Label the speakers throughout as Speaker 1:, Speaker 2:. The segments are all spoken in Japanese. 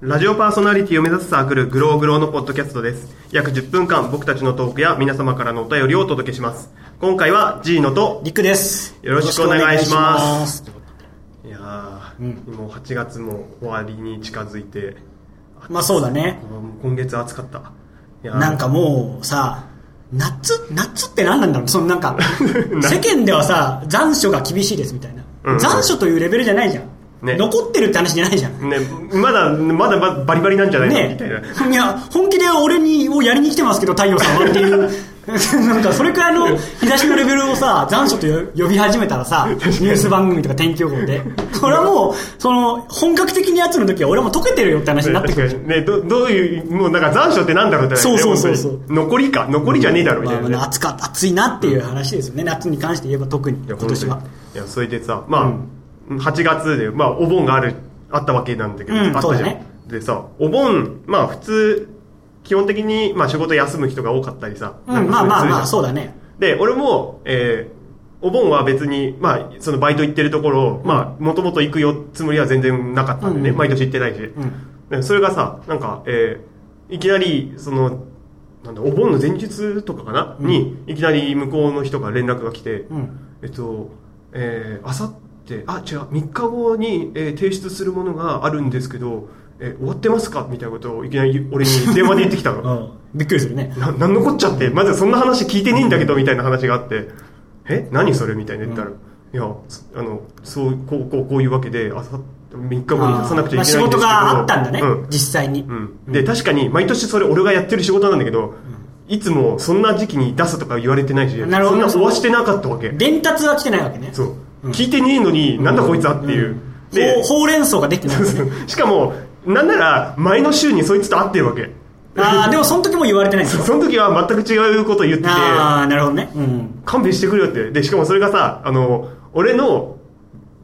Speaker 1: ラジオパーソナリティを目指すサークル、グローグローのポッドキャストです。約10分間、僕たちのトークや皆様からのお便りをお届けします。今回は、ジーノと、
Speaker 2: りっくです
Speaker 1: よろしくお願いしますいやー、もう8月も終わりに近づいて、
Speaker 2: まあそうだね
Speaker 1: あーもう今月暑かった。いやー
Speaker 2: なんかもうさ夏夏って何なんだろうそのな んか世間ではさ残暑が厳しいですみたいな、
Speaker 1: うん
Speaker 2: 残暑というレベルじゃないじゃん、
Speaker 1: ね
Speaker 2: 残ってるって話じゃないじゃん
Speaker 1: ね、まだ、まだばバリバリなんじゃないの、み
Speaker 2: ね
Speaker 1: たいな。
Speaker 2: いや本気で俺にをやりに来てますけど太陽さんはっていう なんかそれくらいの日差しのレベルをさ残暑と呼び始めたらさニュース番組とか天気予報でこれはもうその本格的にやつの時は俺も溶けてるよって話になって
Speaker 1: 確
Speaker 2: く
Speaker 1: か
Speaker 2: る
Speaker 1: に ねどどういうもうなんか残暑ってなんだろうってなるよね
Speaker 2: そうそうそうそう
Speaker 1: 本当に残りか残りじゃねえだろみ
Speaker 2: ま
Speaker 1: た
Speaker 2: あ
Speaker 1: いな、
Speaker 2: ま
Speaker 1: ね
Speaker 2: あ、暑かった暑いなっていう話ですよね、夏に関して言えば特に
Speaker 1: いや
Speaker 2: 今年はい
Speaker 1: 本当にいやそれでさまあ、8月で、まあ、お盆があるあったわけなんだけど、
Speaker 2: うん
Speaker 1: あった
Speaker 2: そう
Speaker 1: じゃ
Speaker 2: だ
Speaker 1: ん、
Speaker 2: ね
Speaker 1: でさお盆まあ普通基本的に、まあ、仕事休む人が多かったりさ、
Speaker 2: うんまあまあまあそううだね
Speaker 1: で俺も、えーお盆は別に、まあ、そのバイト行ってるところをまあもともと行くよつもりは全然なかったんでね、
Speaker 2: うん
Speaker 1: 毎年行ってないし、
Speaker 2: ん
Speaker 1: でそれがさなんか、えーいきなりそのなんだお盆の前日とかかな、にいきなり向こうの人から連絡が来て、
Speaker 2: うん
Speaker 1: えっと、えー、あさって、あ、違う、3日後に、えー提出するものがあるんですけど、えー終わってますかみたいなことをいきなり俺に電話で言ってきた の。
Speaker 2: びっくりするね
Speaker 1: な、なんのこっちゃって、まずそんな話聞いてねえんだけど、みたいな話があって、え何それみたいな言ったら、いや、そあの、そう、こう、こう、こういうわけで、あさって、3日後に出さなくちゃいけないんですけど。
Speaker 2: まあ仕事があったんだね、
Speaker 1: うん
Speaker 2: 実際に、
Speaker 1: うん、で確かに毎年それ俺がやってる仕事なんだけど、いつもそんな時期に出すとか言われてないし
Speaker 2: なるほど
Speaker 1: そんなおわしてなかったわけ
Speaker 2: 伝達は来てないわけね
Speaker 1: そう、聞いてねえのになんだこいつはっていう、で
Speaker 2: ほうほうれん草ができてないわけね
Speaker 1: しかもなんなら前の週にそいつと会ってるわけ
Speaker 2: ああでもその時も言われてないんです よ
Speaker 1: その時は全く違うこと言ってて
Speaker 2: ああなるほどねうん
Speaker 1: 勘弁してくれよってでしかもそれがさあの俺の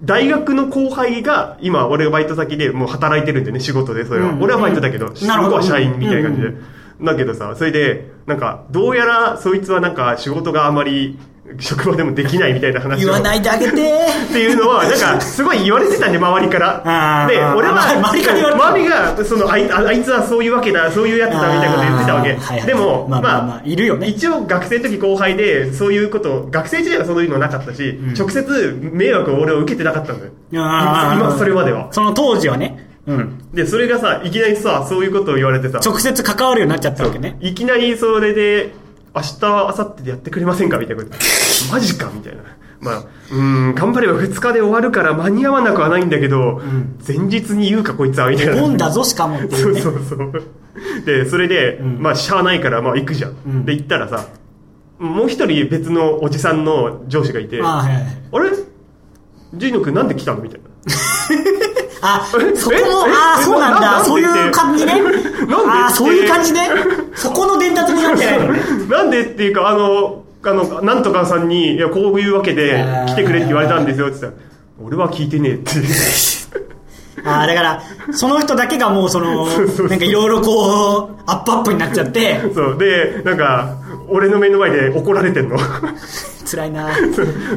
Speaker 1: 大学の後輩が今俺がバイト先でもう働いてるんでね仕事でそれは、
Speaker 2: うん
Speaker 1: 俺はバイトだけど、
Speaker 2: うん
Speaker 1: 向
Speaker 2: なる
Speaker 1: こ
Speaker 2: ほ
Speaker 1: う
Speaker 2: ど
Speaker 1: は社員みたいな感じで、
Speaker 2: うんう
Speaker 1: だけどさそれでなんかどうやらそいつはなんか仕事があまり職場でもできないみたいな話を
Speaker 2: 言わないであげ て
Speaker 1: っていうのは、なんか、すごい言われてたんで、周りから。
Speaker 2: あー
Speaker 1: で、俺は、
Speaker 2: 周りから言われてた
Speaker 1: 周りが、そのあい、ああいつはそういうわけだ、そういうやつだ、みたいなこと言ってたわ
Speaker 2: あーはいは
Speaker 1: け。
Speaker 2: い
Speaker 1: でも、
Speaker 2: まあまあまあいるよね
Speaker 1: 一応、学生の時後輩で、そういうこと、学生時代はそういうのなかったし、直接迷惑を俺は受けてなかったんだよ。
Speaker 2: あー
Speaker 1: 今、それまでは。
Speaker 2: その当時はね、うん、
Speaker 1: で、それがさ、いきなりさ、そういうことを言われてさ、
Speaker 2: 直接関わるようになっちゃったわけね
Speaker 1: いきなりそれで、明日、明後日でやってくれませんかみたいなこと。 マジかみたいな。まあ、うーん、頑張れば2日で終わるから間に合わなくはないんだけど、前日に言うかこいつは、みたいな。
Speaker 2: ボンだぞしかもってい
Speaker 1: そうう
Speaker 2: ね
Speaker 1: そうそう。で、それで、まあ、しゃあないから、まあ、行くじゃん。
Speaker 2: ん
Speaker 1: で、行ったらさ、もう一人別のおじさんの上司がいて、
Speaker 2: あーはいはい
Speaker 1: あれジーノ君なんで来たのみたいな。
Speaker 2: あ、そこ
Speaker 1: え
Speaker 2: も
Speaker 1: え、
Speaker 2: あ
Speaker 1: え
Speaker 2: あ、そうな
Speaker 1: な
Speaker 2: ん
Speaker 1: なん
Speaker 2: だ、
Speaker 1: で
Speaker 2: そういう感じ ね
Speaker 1: って。
Speaker 2: ああ、そういう感じね。そこの伝達になってないのね。
Speaker 1: なんでっていうか、あの、あの、なんとかさんに、いや、こういうわけで
Speaker 2: あー
Speaker 1: 来てくれって言われたんですよって言ったら、俺は聞いてねえって。
Speaker 2: ああ、だから、その人だけがもうその、なんかいろいろこう、アップアップになっちゃって、
Speaker 1: そう。で、なんか、俺の目の前で怒られてんの。
Speaker 2: 辛いな。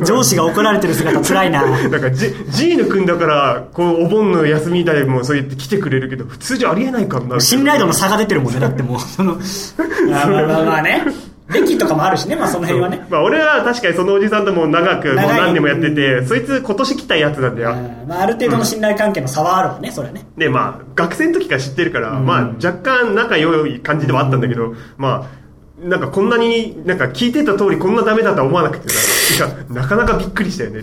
Speaker 2: 上司が怒られてる姿辛いな。
Speaker 1: なんかジ、ジーヌ君だから、こう、お盆の休みでもそう言って来てくれるけど、普通じゃありえないからな。
Speaker 2: 信頼度の差が出てるもんね、だってもう、 その、まあまあまあまあね。歴とかもあるしね、まあその辺はね。
Speaker 1: まあ、俺は確かにそのおじさんとも長く、もう
Speaker 2: 長い
Speaker 1: 何年もやってて、そいつ今年来たやつなんだよ。
Speaker 2: うんまあある程度の信頼関係の差はあるわね、それはね。
Speaker 1: でまあ学生の時から知ってるから、まあ若干仲良い感じではあったんだけど、まあなんかこんなになんか聞いてた通りこんなダメだとは思わなくてさいやなかなかびっくりしたよね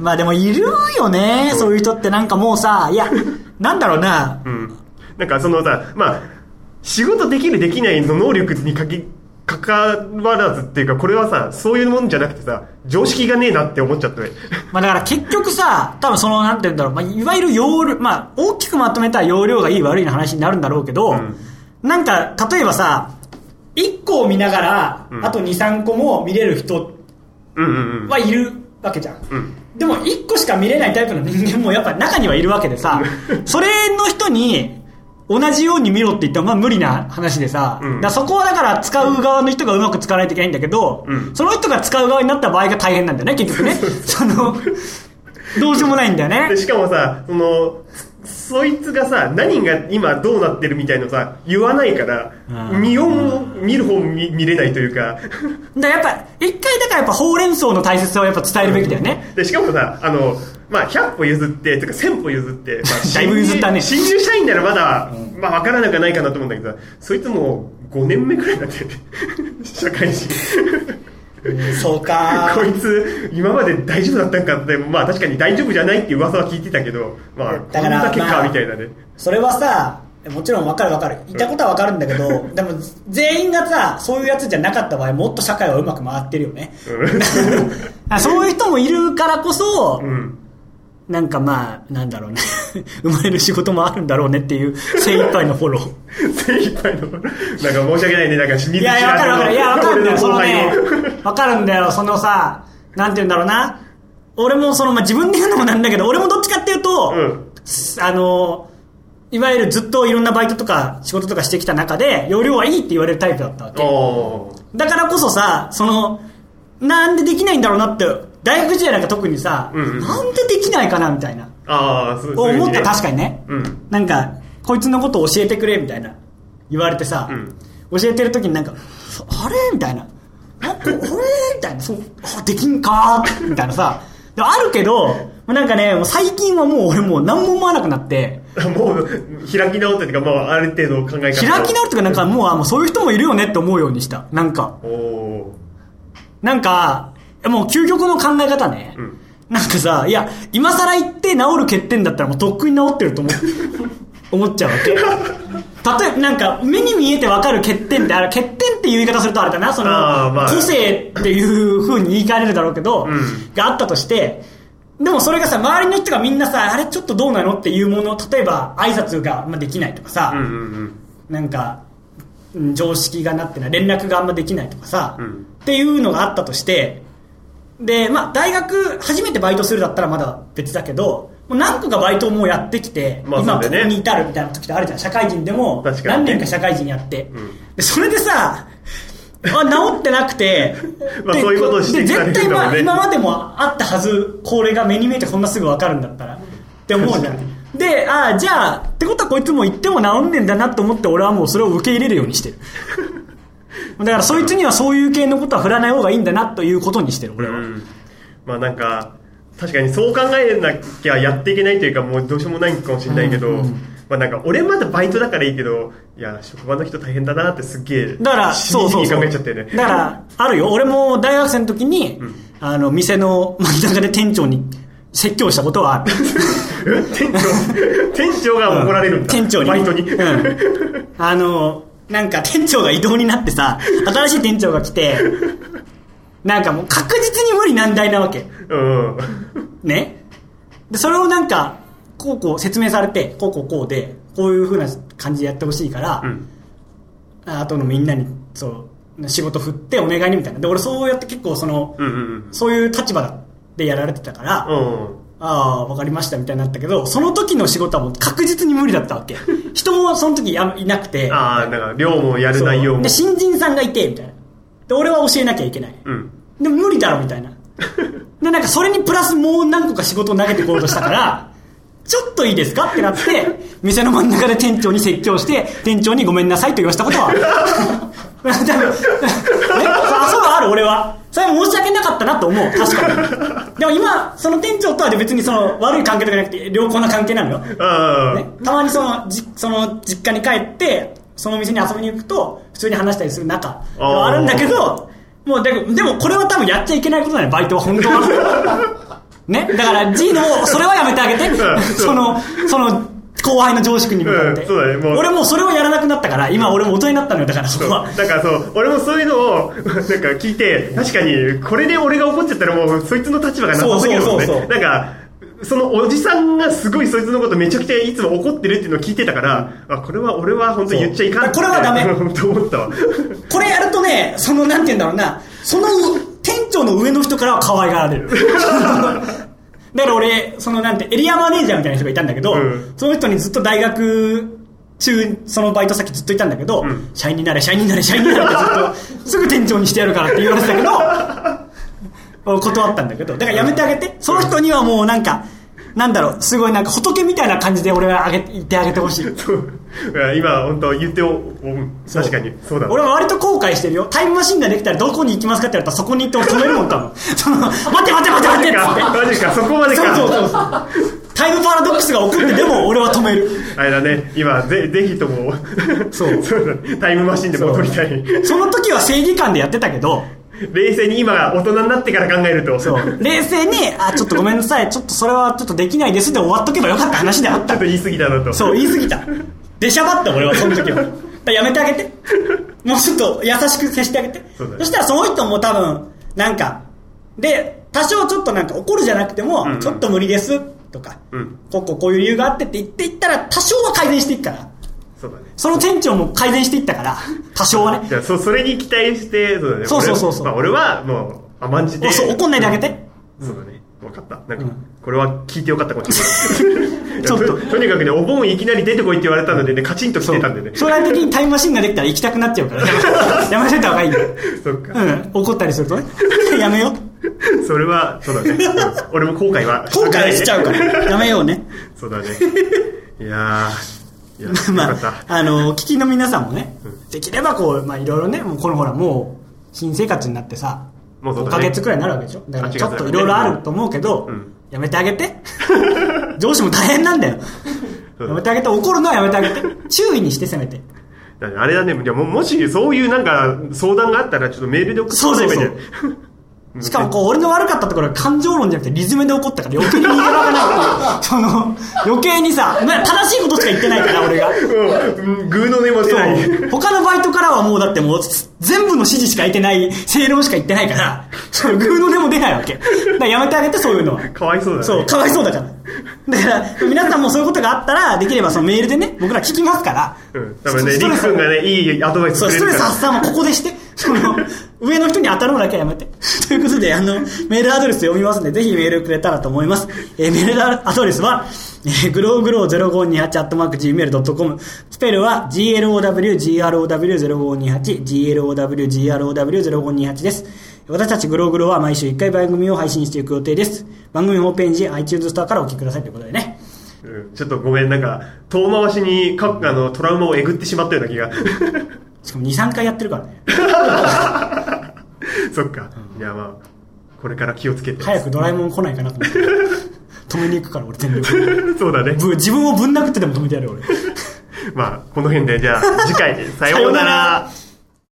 Speaker 2: まあでもいるよね、そういう人ってなんかもうさ、いや、なんだろうな、
Speaker 1: うんなんかそのさまあ仕事できるできないの能力にかき関わらずっていうかこれはさそういうもんじゃなくてさ常識がねえなって思っちゃったね
Speaker 2: まあだから結局さ、多分その、なんて言うんだろう、まあ、いわゆる容量、まあ、大きくまとめたら容量がいい悪いの話になるんだろうけど、
Speaker 1: ん
Speaker 2: なんか、例えばさ、1個を見ながら、
Speaker 1: うん
Speaker 2: あと2、3個も見れる人
Speaker 1: うんうんうん
Speaker 2: はいるわけじゃん。
Speaker 1: うん
Speaker 2: でも1個しか見れないタイプの人間もやっぱ中にはいるわけ でさ、それの人に、同じように見ろって言ってもまあ無理な話でさ、
Speaker 1: うん
Speaker 2: だからそこはだから使う側の人がうまく使わないといけないんだけど、
Speaker 1: うん
Speaker 2: その人が使う側になった場合が大 変なんだよね、結局ね。その、どうしようもないんだよ
Speaker 1: で
Speaker 2: ね。
Speaker 1: しかもさそのつそいつがさ何が今どうなってるみたいのさ言わないから
Speaker 2: あー
Speaker 1: 見ようも見る方も見見れないというか
Speaker 2: だからやっぱ、一回だからやっぱほうれん草の大切さをやっぱ伝えるべきだよね。
Speaker 1: でしかもさあの、まあ、100歩譲ってとか1000歩譲って、まあ
Speaker 2: だいぶ譲ったね
Speaker 1: 新入新入社員ならまだ、まあ、分からなくはないかなと思うんだけどさそいつもう5年目くらいになって て社会人
Speaker 2: そうか
Speaker 1: こいつ今まで大丈夫だったんかってまあ確かに大丈夫じゃないっていう噂は聞いてたけどまあこ
Speaker 3: だ
Speaker 1: ん
Speaker 3: から
Speaker 1: だけ
Speaker 3: ま
Speaker 1: か
Speaker 3: あ
Speaker 1: みたいなね、
Speaker 3: それはさもちろんわかるわかるいたことはわかるんだけど、でも全員がさそういうやつじゃなかった場合もっと社会はうまく回ってるよね
Speaker 2: あそういう人もいるからこそ、
Speaker 1: うん うん
Speaker 2: なんかまあ、なんだろうね。 生まれる仕事もあるんだろうねっていう精一杯のフォロー。
Speaker 1: 精一杯のなんか申し訳 ないねなんか水
Speaker 2: いやいや、わかるわかる。いや、わかるんだよ。そのね
Speaker 1: 俺の後輩を、
Speaker 2: わかるんだよ。そのさ、なんて言うんだろうな。俺もその、まあ、自分で言うのもなんだけど、俺もどっちかっていうと、
Speaker 1: うん
Speaker 2: あの、いわゆるずっといろんなバイトとか仕事とかしてきた中で、要領はいいって言われるタイプだったわけ。
Speaker 1: おー
Speaker 2: だからこそさ、その、なんでできないんだろうなって、大学時代なんか特にさ、
Speaker 1: うんうん
Speaker 2: なんでできないかなみたいな。
Speaker 1: ああそうそういう意
Speaker 2: 思
Speaker 1: 味
Speaker 2: っ
Speaker 1: で
Speaker 2: た確かにね、
Speaker 1: うん
Speaker 2: なんかこいつのことを教えてくれみたいな言われてさ、教えてる時になんかあれみたいななんかあれみたいなそうあできんかーみたいなさであるけどもうなんかねもう最近はもう俺もう何も思わなくなって
Speaker 1: もう開き直ってというか、まあ、ある程度考え方を
Speaker 2: 開き直るとかなんかもうあもうそういう人もいるよねって思うようにしたなんか
Speaker 1: おお
Speaker 2: なんかもう究極の考え方ね、
Speaker 1: ん
Speaker 2: なんかさいや今更言って治る欠点だったらもうとっくに治ってると思う 思っちゃうわけ例えばなんか目に見えてわかる欠点ってあれ欠点っていう言い方するとあれだなその、
Speaker 1: あーまあ
Speaker 2: 個性っていう風に言い換えられるだろうけど、
Speaker 1: ん
Speaker 2: があったとしてでもそれがさ周りの人がみんなさあれちょっとどうなのっていうもの例えば挨拶がまあできないとかさ、
Speaker 1: うんうんうん
Speaker 2: なんかうん常識がなってない連絡があんまできないとかさ、
Speaker 1: うん
Speaker 2: っていうのがあったとしてで、まあ、大学初めてバイトするだったらまだ別だけどもう何個かバイトをもうやってきて、
Speaker 1: まあ
Speaker 2: 今
Speaker 1: そうだ
Speaker 2: こ
Speaker 1: よね
Speaker 2: こに至るみたいな時ってあるじゃん社会人でも
Speaker 1: 確かに
Speaker 2: 何
Speaker 1: ね
Speaker 2: 年か社会人やって、
Speaker 1: ん
Speaker 2: でそれでさあ治ってなくて
Speaker 1: まあ
Speaker 2: で
Speaker 1: そういうことをして
Speaker 2: で
Speaker 1: きたらいい
Speaker 2: 絶
Speaker 1: んだ
Speaker 2: 対、
Speaker 1: ろうね
Speaker 2: まあ、今までもあったはずこれが目に見えてこんなすぐ分かるんだったらって思うじゃ
Speaker 1: 確か
Speaker 2: んでああじゃあってことはこいつも言っても治んねんだなと思って俺はもうそれを受け入れるようにして るだからそいつにはそういう系のことは振らない方がいいんだなということにしてる俺は、
Speaker 1: うんまあなんか確かにそう考えなきゃやっていけないというかもうどうしようもないかもしれないけど、
Speaker 2: うんうん
Speaker 1: まあなんか俺まだバイトだからいいけどいや職場の人大変だなってすっげえ
Speaker 2: だから、
Speaker 1: し
Speaker 2: そうそう
Speaker 1: に
Speaker 2: そう。
Speaker 1: 考えちゃってね
Speaker 2: だから、あるよ。俺も大学生の 時に、あの、店の真ん中で店長に説教したことはある。
Speaker 1: え店長店長が怒られるんだ、
Speaker 2: 店長に。
Speaker 1: バイトに、
Speaker 2: うん。あの、なんか店長が異動になってさ、新しい店長が来て、なんかもう確実に無理難題なわけ。
Speaker 1: うん
Speaker 2: ね。で、それをなんか、こうこう説明されて、こうこうこうで、こういう風な感じでやってほしいから、
Speaker 1: うん
Speaker 2: あとのみんなに、そう、仕事振ってお願いにみたいな。で、俺そうやって結構その、
Speaker 1: うんうん
Speaker 2: そういう立場でやられてたから、
Speaker 1: う
Speaker 2: あ
Speaker 1: んうん
Speaker 2: あ、わかりましたみたいになったけど、その時の仕事はもう確実に無理だったわけ。人もその時あいなくて、
Speaker 1: ああだから量もやる
Speaker 2: そう
Speaker 1: 内容も
Speaker 2: で、新人さんがいて、みたいな。で、俺は教えなきゃいけない。
Speaker 1: うん
Speaker 2: でも無理だろ、みたいな。で、なんかそれにプラスもう何個か仕事を投げてこようとしたから、ちょっといいですかってなって、店の真ん中で店長に説教して、店長にごめんなさいと言わしたことはある。 多分ねあそうはある、俺は。それは申し訳なかったなと思う、確かに。でも今、その店長とは別にその悪い関係とかじゃなくて、良好な関係なのよ。
Speaker 1: ああ、
Speaker 2: ね、たまにそのじその実家に帰ってその店に遊びに行くと普通に話したりする仲ではあるんだけどもうででもこれは多分やっちゃいけないことだよバイトは本 当はねだから G のそれはやめてあげて、
Speaker 1: うん
Speaker 2: そのその後輩の上司君に向かって、
Speaker 1: うんそうだねもう
Speaker 2: 俺もうそれをやらなくなったから今俺も大人になったのよだからそ
Speaker 1: そう
Speaker 2: こは
Speaker 1: だからそう俺もそういうのをなんか聞いて確かにこれで俺が怒っちゃったらもうそいつの立場がなさすぎるもんね
Speaker 2: そうそうそうそ
Speaker 1: なん
Speaker 2: う
Speaker 1: かそのおじさんがすごいそいつのことめちゃくちゃいつも怒ってるっていうのを聞いてたから、あこれは俺は本当に言っちゃいかん
Speaker 2: そうこれはダメ
Speaker 1: と 思ったわ
Speaker 2: これやるとねそのなんて言うんだろうなその店長の上の人からは可愛がられ るだから俺そのなんてエリアマネージャーみたいな人がいたんだけど、
Speaker 1: うん
Speaker 2: その人にずっと大学中そのバイト先ずっといたんだけど、
Speaker 1: ん
Speaker 2: 社員になれ社員になれ社員になれってず っとすぐ店長にしてやるからって言われてたけど俺断ったんだけどだからやめてあげてその人にはもうなんかなんだろう、すごいなんか仏みたいな感じで俺はあげ、言ってあげてほしい。
Speaker 1: そういや今本当言ってお、うん
Speaker 2: そう
Speaker 1: 確かにそうだ
Speaker 2: 俺は割と後悔してるよ。タイムマシンができたらどこに行きますかって言われたらそこに行って俺止めるもん多分。 その、待って待って待って待ってっつっ て。
Speaker 1: マジかそこまでか
Speaker 2: そうそうそうタイムパラドックスが起こってでも俺は止める
Speaker 1: あれだね今ぜぜひとも
Speaker 2: そ う
Speaker 1: だねタイムマシンで戻りたい
Speaker 2: その時は正義感でやってたけど
Speaker 1: 冷静に今大人になってから考えると
Speaker 2: そう冷静に「あちょっとごめんなさいちょっとそれはちょっとできないです」で終わっとけばよかった話であっ
Speaker 1: ちょったと言い過ぎだなと
Speaker 2: そう言い過ぎたでしゃばった俺はその時はだ
Speaker 1: う
Speaker 2: からやめてあげてもうちょっと優しく接してあげてそ,、
Speaker 1: そうだね
Speaker 2: したらその人も多分なんかで多少ちょっとなんか怒るじゃなくても、
Speaker 1: うんうん
Speaker 2: ちょっと無理ですとか、
Speaker 1: うん
Speaker 2: こうこうこういう理由があってって言っていったら多少は改善していくから
Speaker 1: そうだね
Speaker 2: その店長も改善していったから、多少はね
Speaker 1: じ。ゃあそそれに期待してそうだね
Speaker 2: そうそうそうそう
Speaker 1: 俺,、まあ、俺はもう甘んじて
Speaker 2: おそう怒んないであげて。
Speaker 1: そうだね分かったなんか、
Speaker 2: うん
Speaker 1: これは聞いてよかったかもしれないいや
Speaker 2: ちょっと
Speaker 1: ととにかくねお盆いきなり出てこいって言われたのでねカチンと来てたんでね
Speaker 2: 将来的にタイムマシンができたら行きたくなっちゃうから、やめといた方がいいよ。
Speaker 1: そっか、
Speaker 2: うん、怒ったりするとね。やめよう。
Speaker 1: それはそうだねう ん俺も後悔は
Speaker 2: 後悔しちゃうから、やめようね。
Speaker 1: そうだねいやーいや
Speaker 2: ま
Speaker 1: よか
Speaker 2: あ
Speaker 1: っ、た
Speaker 2: あの、聞きの皆さんもね
Speaker 1: うん、
Speaker 2: できればこう、まあいろいろね、もうこのほら、もう、新生活になってさ、
Speaker 1: もうそう
Speaker 2: 5
Speaker 1: だ
Speaker 2: ヶ
Speaker 1: ね
Speaker 2: 月くらいになるわけでしょだからちょっとい
Speaker 1: 8
Speaker 2: ろいろあると思うけど
Speaker 1: うん、
Speaker 2: やめてあげて。上司も大変なんだよ。
Speaker 1: そうだ
Speaker 2: やめてあげて、怒るのはやめてあげて。注意にして、せめて。
Speaker 1: だからあれだねいやももしそういうなんか相談があったらちょっとメールで送って
Speaker 2: そうそうそう
Speaker 1: みて
Speaker 2: しかもこう俺の悪かったところは感情論じゃなくてリズムで怒ったから余計に言い方がないその余計にさまあ正しいことしか言ってないから俺が
Speaker 1: うんグーの音も出
Speaker 2: そ
Speaker 1: ない。
Speaker 2: う他のバイトからはもうだってもう全部の指示しか言ってない正論しか言ってないからそうグーのでも出ないわけだからやめてあげてそういうのは
Speaker 1: かわいそうだね。
Speaker 2: そうかわいそうだからだから皆さんもそういうことがあったらできればそのメールでね僕ら聞きますから、
Speaker 1: うん。多分ね、
Speaker 2: ス
Speaker 1: り
Speaker 2: トレ
Speaker 1: く
Speaker 2: ス
Speaker 1: 君がね、いいアドバイス
Speaker 2: そう、
Speaker 1: くれ
Speaker 2: スト
Speaker 1: る
Speaker 2: レス
Speaker 1: から。
Speaker 2: 発散はここ でして、その、上の人に当たるのだけはやめて。ということで、あの、メールアドレス読みますんで、ぜひメールくれたらと思います。えーメールアドレスは、えー、グローグロー0528 gmail.com。スペルは、glowgrow0528、glowgrow0528 です。私たちグローグローは毎週1回番組を配信していく予定です。番組ホームページ、iTunes ストアからお聞きくださいということでね。
Speaker 1: うんちょっとごめん、なんか、遠回しにかあのトラウマをえぐってしまったような気が。
Speaker 2: しかも2、3回やってるからね。
Speaker 1: そっか。いや、まあ、これから気をつけて。
Speaker 2: 早くドラえもん来ないかなと思って。止めに行くから俺全力 で。
Speaker 1: そうだね。
Speaker 2: ぶ自分をぶん殴ってでも止めてやるよ俺。
Speaker 1: まあ、この辺で、じゃあ、次回、さようなら。